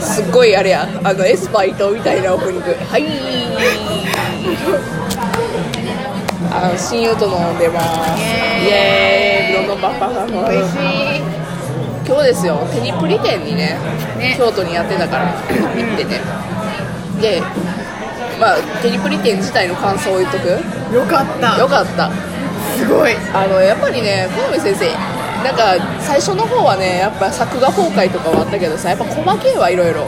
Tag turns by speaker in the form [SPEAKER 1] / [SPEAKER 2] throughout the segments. [SPEAKER 1] すっごいあれやあのエスパー伊藤みたいなオープニングはいあの親友と飲んでますイエーイどんどんバンバンバンバン
[SPEAKER 2] 美味しい
[SPEAKER 1] 今日ですよテニプリ店にね
[SPEAKER 2] ね
[SPEAKER 1] 京都にやってたから行ってねでまあテニプリ店自体の感想を言っとくよ
[SPEAKER 2] よかった
[SPEAKER 1] かった
[SPEAKER 2] すごい
[SPEAKER 1] あのやっぱりね好み先生なんか最初の方はねやっぱ作画崩壊とかはあったけどさやっぱ細けえはいろいろ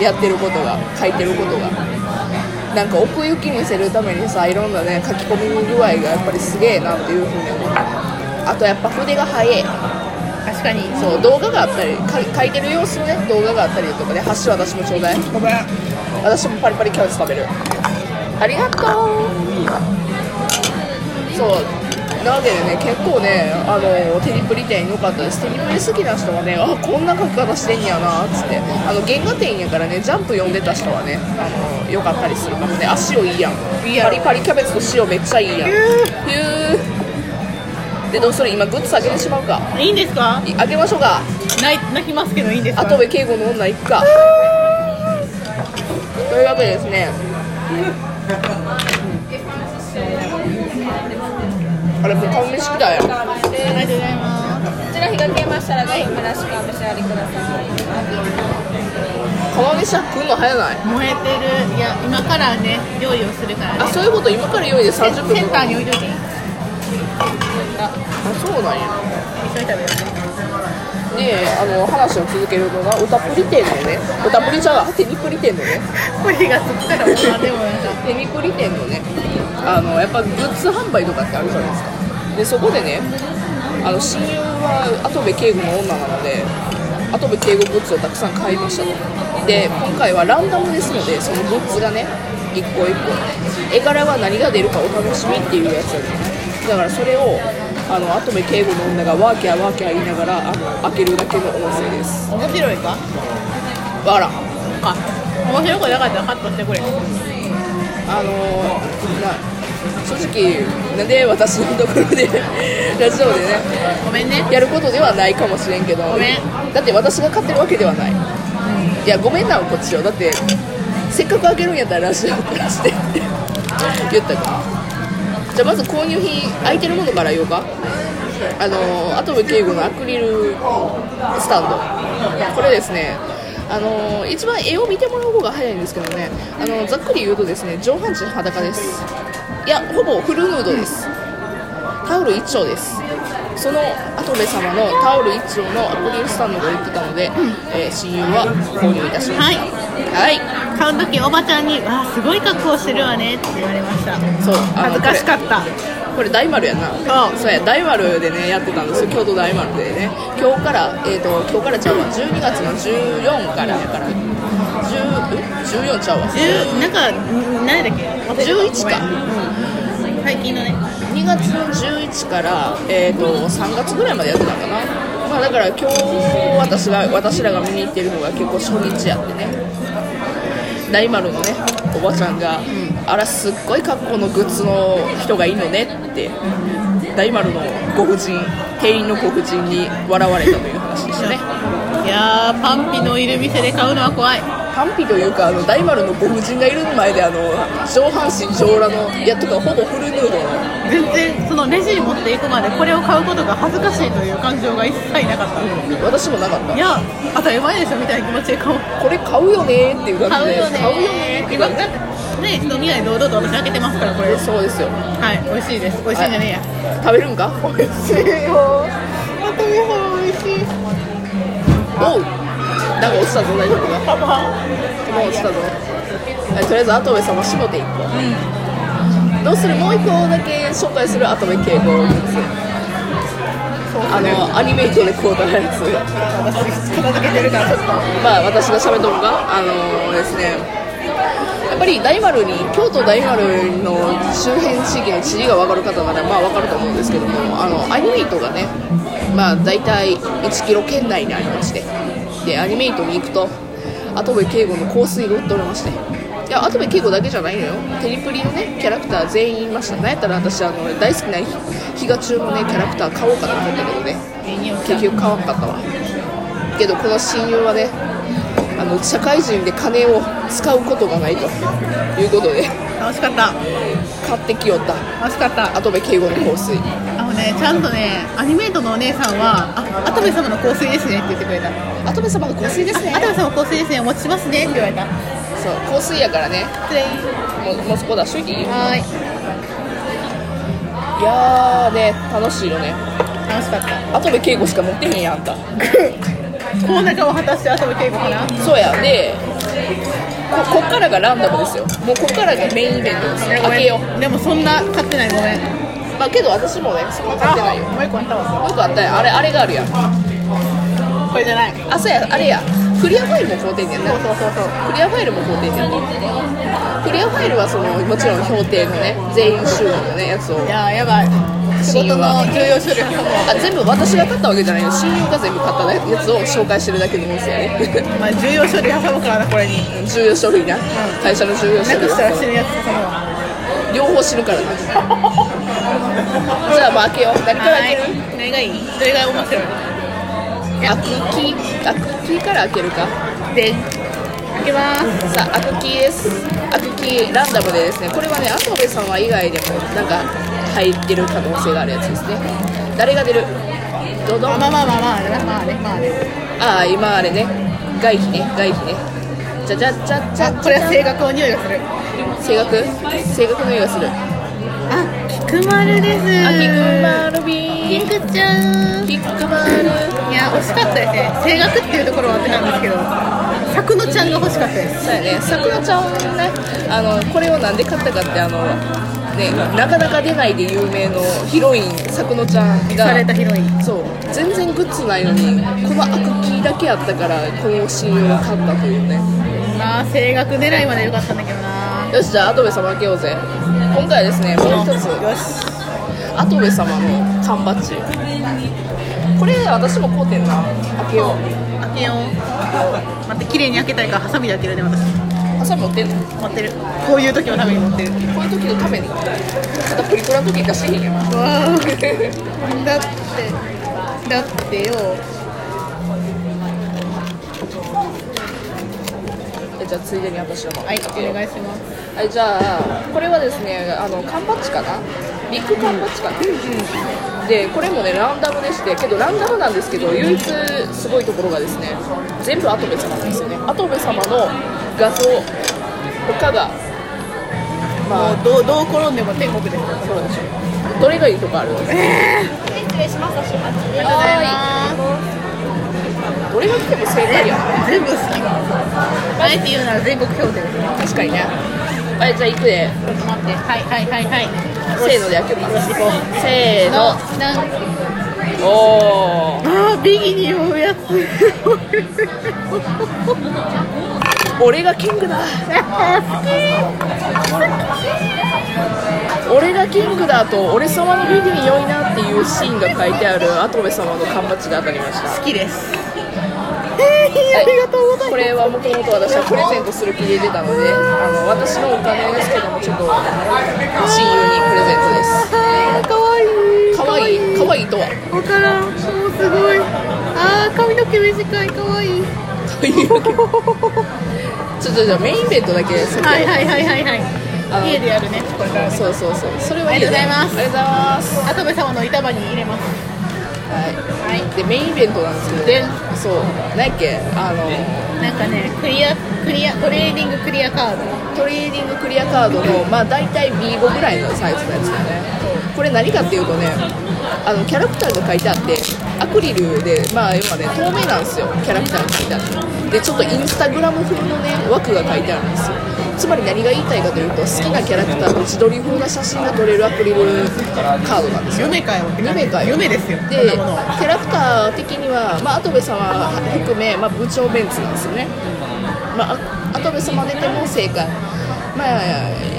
[SPEAKER 1] やってることが書いてることがなんか奥行き見せるためにさいろんなね書き込み具合がやっぱりすげえなっていうふうに思うあとやっぱ筆が速い
[SPEAKER 2] 確かに
[SPEAKER 1] そう動画があったりか書いてる様子のね動画があったりとかで箸私もちょうだい
[SPEAKER 2] ごめん
[SPEAKER 1] 私もパリパリキャベツ食べるありがとうそうなわけでね結構ねあのテニプリ店良かったですテニプリ好きな人はねあこんな書き方してんやなっつってあの原画展やからねジャンプ読んでた人はねあの良かったりするかもねあ塩いいやん
[SPEAKER 2] いいやろ
[SPEAKER 1] パリパリキャベツと塩めっちゃいいやんひ
[SPEAKER 2] ひ
[SPEAKER 1] ゅ
[SPEAKER 2] ゅ
[SPEAKER 1] ーでどうそれ今グッズあげてしまうか
[SPEAKER 2] いいんですか
[SPEAKER 1] いあげましょうか
[SPEAKER 2] 泣い泣きますけどいいんですか
[SPEAKER 1] 後部敬語の女行くかというわけでですねあれもう顔飯食だよ
[SPEAKER 3] ありがとうござい
[SPEAKER 2] あ
[SPEAKER 3] ま
[SPEAKER 2] りがとうございます
[SPEAKER 3] すこちら火が消えましたら、ぜひむらしくお召し上がりください。
[SPEAKER 1] 顔飯は食うの早ない
[SPEAKER 2] 燃えてるいや今からね料理をするからね
[SPEAKER 1] あそういうこと今から用意で
[SPEAKER 2] セ
[SPEAKER 1] 30分
[SPEAKER 2] センターに置いといていい
[SPEAKER 1] あそうなんや
[SPEAKER 2] 一緒に食べよ
[SPEAKER 1] であの話を続けるのが歌プリ店のね歌プリじゃなくてニプリ店のね
[SPEAKER 2] うこれがつったらもう何でもいいじゃん
[SPEAKER 1] テニプリ店のねあのやっぱグッズ販売とかってあるじゃないですかでそこでねあの親友は跡部敬吾の女なので跡部敬吾グッズをたくさん買いましたとで今回はランダムですのでそのグッズがね一個一個絵柄は何が出るかお楽しみっていうやつやねだからそれをあの跡部敬吾の女がワーキャーワーキャー言いながらあの開けるだけの音声です
[SPEAKER 2] 面白いか
[SPEAKER 1] わら
[SPEAKER 2] あ面白くなかったらカットしてくれ
[SPEAKER 1] あのな正直なんで私のところで ラジオでね
[SPEAKER 2] ごめんね
[SPEAKER 1] やることではないかもしれんけど
[SPEAKER 2] ごめ
[SPEAKER 1] だって私が買ってるわけではない、いやごめんなこっちよだってせっかく開けるんやったらラジオからしてって言ったからじゃあまず購入品空いてるものから言おうかあのアトム敬吾のアクリルスタンドこれですねあの一番絵を見てもらう方が早いんですけどねあのざっくり言うとですね上半身裸ですいやほぼフルヌードですタオル1丁ですそのアトム様のタオル1丁のアクリルスタンドが売ってたので、えー親友は購入いたしましたはい、
[SPEAKER 2] 買う時おばちゃんに「わあすごい格好してるわね」って言われました
[SPEAKER 1] そう
[SPEAKER 2] 恥ずかしかった
[SPEAKER 1] これ大丸やな
[SPEAKER 2] そう
[SPEAKER 1] そうや大丸でねやってたんですよ京都大丸でね今日からえっ、と今日からちゃうわ12月の14からやから10え14ちゃうわ
[SPEAKER 2] 10なんかん何だっけ
[SPEAKER 1] 11か
[SPEAKER 2] うん最近のね
[SPEAKER 1] 2月の11から、えー、と3月ぐらいまでやってたかな、まあ、だから今日私が私らが見に行ってるのが結構初日やってね大丸のねおばちゃんが、あらすっごい格好のグッズの人がいいのねって大丸のご婦人店員のご婦人に笑われたという話で したね
[SPEAKER 2] いやーパンピのいる店で買うのは怖い
[SPEAKER 1] 完備というかあの大丸のご婦人がいる前であの上半身上裸のいやとかほぼフルヌードの
[SPEAKER 2] 全然そのレジに持っていくまでこれを買うことが恥ずかしいという感情が一切なかった
[SPEAKER 1] 私もなかった
[SPEAKER 2] いや当たり前でしょみたいな気持ちで買おう
[SPEAKER 1] これ買うよねーっていう感じ
[SPEAKER 2] 買う
[SPEAKER 1] で
[SPEAKER 2] よね
[SPEAKER 1] 買うよねーっていう
[SPEAKER 2] 今
[SPEAKER 1] 感
[SPEAKER 2] だ
[SPEAKER 1] じ
[SPEAKER 2] ってね人見ない堂々と私開けてますからこれ
[SPEAKER 1] でそうですよ
[SPEAKER 2] はい美味しいです美味しいんじゃねえや
[SPEAKER 1] 食べるんか美味しいよ
[SPEAKER 2] またみほ美味しい
[SPEAKER 1] おうなんか落ちたぞ大丈夫かもう落ちたぞはいとりあえず後部様絞っていこうどうするもう一個だけ紹介する後部敬語あのアニメイトでこうだやつ
[SPEAKER 2] 私片付けてるからちょっと
[SPEAKER 1] まあ私が喋っとるのがあのですねやっぱり大丸に京都大丸の周辺地域の地理が分かる方ならまあ分かると思うんですけどもあのアニメイトがねまあ大体1キロ圏内にありましてでアニメイトに行くと跡部敬吾の香水が売っておりましていや跡部敬吾だけじゃないのよテニプリのねキャラクター全員いましたなんやったら私あの大好きな日が中のねキャラクター買おうかなと思ったけどね
[SPEAKER 2] いい匂い
[SPEAKER 1] 結局買わんかったわけどこの親友はねあのの社会人で金を使うことがないということで
[SPEAKER 2] 楽しかった
[SPEAKER 1] 買ってきよった
[SPEAKER 2] 楽しかった
[SPEAKER 1] 跡部敬吾の香水
[SPEAKER 2] あのねちゃんとねアニメートのお姉さんは「あ跡部様の香水ですね」って言ってくれた「
[SPEAKER 1] 跡部様の香水ですね
[SPEAKER 2] あ跡部様の香水ですねお持ちしますね」って言われた
[SPEAKER 1] そう香水やからね
[SPEAKER 2] 失礼
[SPEAKER 1] もうもうそこ出しといていいい
[SPEAKER 2] はーい
[SPEAKER 1] やーね楽しいよね
[SPEAKER 2] 楽しかった
[SPEAKER 1] 跡部敬吾しか持ってへんやんあんた
[SPEAKER 2] コーナーを果たして跡部稽古かな
[SPEAKER 1] そうやでここっからがランダムですよもうこっからがメインイベントですよ開けよ
[SPEAKER 2] うでもそんな買ってないごめん
[SPEAKER 1] うまあけど私もねそんな買ってないよ
[SPEAKER 2] もう一個あったわ
[SPEAKER 1] もう一個あったやんあれあれがあるやん
[SPEAKER 2] これじゃないそう
[SPEAKER 1] あそうやあれやクリアファイルも買うてんねんな
[SPEAKER 2] そうそうそう
[SPEAKER 1] クリアファイルも買うてんねんなクリアファイルはそのもちろん評定のね全員集合のねやつを
[SPEAKER 2] いやーやばい仕事の重要書類も
[SPEAKER 1] あ全部私が買ったわけじゃないよ親友が全部買ったやつを紹介してるだけの音声やね
[SPEAKER 2] まあ重要書類挟むからなこれに
[SPEAKER 1] 重要書類な会社の重要
[SPEAKER 2] な
[SPEAKER 1] 書
[SPEAKER 2] く
[SPEAKER 1] 類
[SPEAKER 2] したら死ぬやつ挟むわ
[SPEAKER 1] 両方死ぬからなじゃあまあ開けよう誰から開ける
[SPEAKER 2] 何がいいそれが面白い
[SPEAKER 1] アクキーアクキーから開けるか
[SPEAKER 2] で開けます
[SPEAKER 1] さあアクキーですアクキーランダムでですねこれはね跡部さんは以外でもなんか入ってる可能性があるやつですね誰が出るどどん
[SPEAKER 2] まあまあまあまあまあねまあねまあね
[SPEAKER 1] ああ今あれね外皮ね外皮ねじゃじゃじゃじゃ
[SPEAKER 2] これは性格の匂いがする
[SPEAKER 1] 性格性格の匂いがする
[SPEAKER 2] あ菊丸です
[SPEAKER 1] あ
[SPEAKER 2] あ
[SPEAKER 1] キクマ
[SPEAKER 2] 丸
[SPEAKER 1] ルビー
[SPEAKER 2] 菊ちゃん
[SPEAKER 1] キクマル
[SPEAKER 2] いや惜しかったですね声楽っていうところは合ってたんですけど作のちゃんが欲しかったです
[SPEAKER 1] そうやねさくらちゃんはねあのこれをなんで買ったかってあのねなかなか出ないで有名のヒロインさくのちゃんが
[SPEAKER 2] されたヒロイン
[SPEAKER 1] そう全然グッズないのにこのアクキーだけあったからこの親友が買ったというね
[SPEAKER 2] まあ声楽狙いまで良かったんだけどな
[SPEAKER 1] よしじゃあアトベ様開けようぜ今回はですねもう一つ
[SPEAKER 2] よし
[SPEAKER 1] アトベ様の缶バッジこれ私も買うてんな開けよう
[SPEAKER 2] 開けよう待って綺麗に開けたいからハサミで開けるね私
[SPEAKER 1] ハサミ持ってんのこ
[SPEAKER 2] 持ってるこういう時のために持ってる
[SPEAKER 1] ういう時のためにまたプリクラの時に出してへんやん
[SPEAKER 2] わあだってだってよ
[SPEAKER 1] えじゃあついでに私のも
[SPEAKER 2] はいお願いします
[SPEAKER 1] はい、じゃあこれはですねあの缶バッジかなビッグ缶バッジかな、でこれもねランダムでしてけどランダムなんですけど唯一すごいところがですね全部アトベ様なんですよねアトベ様の画像他がま
[SPEAKER 2] も
[SPEAKER 1] あ
[SPEAKER 2] うどうどう転んでも天国ですありがとう
[SPEAKER 1] そうでしょどれがいいとかある
[SPEAKER 3] 失礼します。始末です
[SPEAKER 2] ございま
[SPEAKER 1] どれが来ても正解やな
[SPEAKER 2] す全部好きあえて言うなら全国評定ですちょ
[SPEAKER 1] 確かにねはいじゃあいくで
[SPEAKER 2] っと待ってはいはいはいはい
[SPEAKER 1] せーので開けますせーの
[SPEAKER 2] のなん
[SPEAKER 1] お
[SPEAKER 2] あービギに酔うやつ
[SPEAKER 1] ー俺がキングだ
[SPEAKER 2] 好き
[SPEAKER 1] 俺がキングだと俺様のビビに良いなっていうシーンが書いてあるアトベ様の缶バッジが当たりました
[SPEAKER 2] 好きですえー、ありがとうござい
[SPEAKER 1] これはもともと私はプレゼントする気で出たのであの私のお金ですけどもちょっと親友にプレゼントです
[SPEAKER 2] ますあーかわいい
[SPEAKER 1] 可愛い可愛いとは
[SPEAKER 2] わからんもうすごいあー髪の毛短いかわいい
[SPEAKER 1] というわけでちょっとじゃあメインイベントだけ先
[SPEAKER 2] はいはいはいはいはい
[SPEAKER 1] あの
[SPEAKER 2] 家でやるねこれから
[SPEAKER 1] そうそうそうそれはいいね
[SPEAKER 2] ありがとうございます
[SPEAKER 1] ありがとうございます
[SPEAKER 2] 跡部様の板場に入れます
[SPEAKER 1] はい、でメインイベントなんですけどでそう何やっけあの
[SPEAKER 2] なんかねクリアクリアトレーディングクリアカード
[SPEAKER 1] トレーディングクリアカードのまあ大体 B5 ぐらいのサイズのやつだねこれ何かっていうとねあのキャラクターが書いてあってアクリルでまあ今ね透明なんですよキャラクターが書いてあってでちょっとインスタグラム風のね枠が書いてあるんですよつまり何が言いたいかというと好きなキャラクターの自撮り風な写真が撮れるアクリルカードなんですよ
[SPEAKER 2] 夢かよ
[SPEAKER 1] 夢かよ
[SPEAKER 2] 夢ですよ
[SPEAKER 1] で
[SPEAKER 2] こん
[SPEAKER 1] キ
[SPEAKER 2] なもの
[SPEAKER 1] ャラクター的には、まあ、跡部様含め、まあ、部長メンツなんですよね、まああ、跡部様出ても正解まあ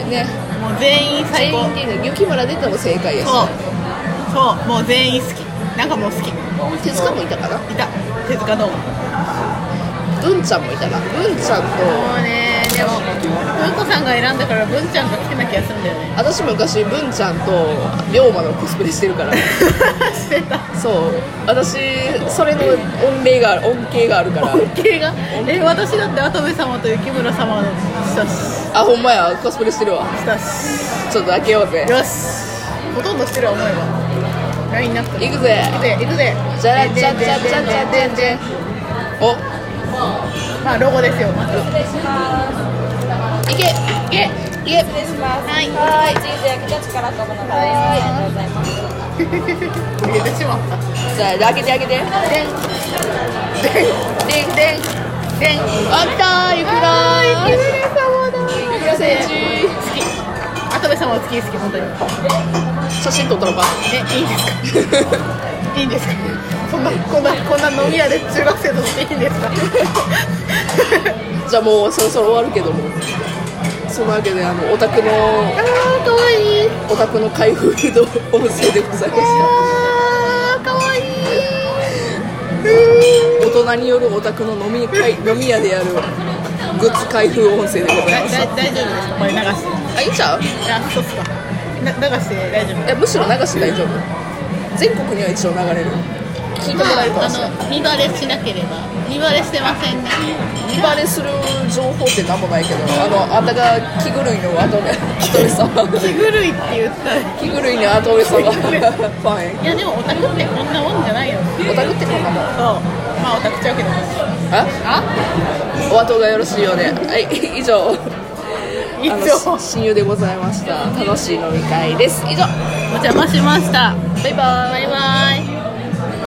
[SPEAKER 1] ね
[SPEAKER 2] もう全員
[SPEAKER 1] 全
[SPEAKER 2] 最
[SPEAKER 1] 員
[SPEAKER 2] 高
[SPEAKER 1] っていうのは雪村出ても正解やし
[SPEAKER 2] そうそうもう全員好きなんかもう好き
[SPEAKER 1] 手塚もいたかない
[SPEAKER 2] た手塚どうも
[SPEAKER 1] 文ちゃんもいたな文ちゃんと
[SPEAKER 2] うねでも文子さんが選んだから文ちゃんが来てな気がするんだよ ね
[SPEAKER 1] 私昔文 ちゃんと龍馬のコスプレしてるから
[SPEAKER 2] してた
[SPEAKER 1] そう私それの恩礼が恩恵があるから
[SPEAKER 2] 恩恵がえ私だって跡部様と雪村様のしたし
[SPEAKER 1] あほんまやコスプレしてるわ
[SPEAKER 2] したし
[SPEAKER 1] ちょっと開けようぜ
[SPEAKER 2] よしほとんどしてる思えばラインナップ
[SPEAKER 1] 行くぜ
[SPEAKER 2] 行くぜ行くぜ
[SPEAKER 1] じゃらじゃじゃじゃじゃじゃじゃお
[SPEAKER 2] まあロゴですよ
[SPEAKER 1] いけいけいけ
[SPEAKER 3] 失礼します。はい。はい。人生焼けた力ともの。はい。ありがとうございます。
[SPEAKER 2] 入れてしまった
[SPEAKER 1] じゃあ開けて開けてでん
[SPEAKER 2] で
[SPEAKER 1] でん
[SPEAKER 2] ん
[SPEAKER 1] でん
[SPEAKER 2] でん
[SPEAKER 1] あったーいくらーい
[SPEAKER 2] 村様だ
[SPEAKER 1] くら選手
[SPEAKER 2] 好き跡部様は好き好き本当にね
[SPEAKER 1] 写真撮ったのか
[SPEAKER 2] いいですかいいんですかそんなこんなこんな飲み屋で中学生としていいんですか
[SPEAKER 1] じゃあもうそろそろ終わるけどもそのわけであのお宅の
[SPEAKER 2] あーかわいい
[SPEAKER 1] お宅の開封の音声でございました
[SPEAKER 2] あーかわいい
[SPEAKER 1] 大人によるお宅の飲み会飲み屋であるグッズ開封音声でござい
[SPEAKER 2] だ
[SPEAKER 1] ま
[SPEAKER 2] だ
[SPEAKER 1] した
[SPEAKER 2] 大丈夫ですかこれ流して
[SPEAKER 1] あいいんちゃう
[SPEAKER 2] あそうっすかな流して大丈夫
[SPEAKER 1] いやむしろ流して大丈夫全国には一応流れる聞いてもらえるかもしれない
[SPEAKER 2] の見バレしなければ見バレしてませんね
[SPEAKER 1] 見バレする情報って何もないけどあのあんたが気狂いの後で後で 様
[SPEAKER 2] 気狂いって言ったらい
[SPEAKER 1] 気狂いの後で様ファン
[SPEAKER 2] やでもオタクってこんなもんじゃないよ
[SPEAKER 1] お宅ってこんなもん
[SPEAKER 2] そうまあオタクちゃうけど
[SPEAKER 1] あ
[SPEAKER 2] あ
[SPEAKER 1] お後がよろしいようではい以上
[SPEAKER 2] 以上
[SPEAKER 1] あの親友でございました楽しい飲み会です以上
[SPEAKER 2] お邪魔しました
[SPEAKER 1] バイバーイ
[SPEAKER 2] バイバイ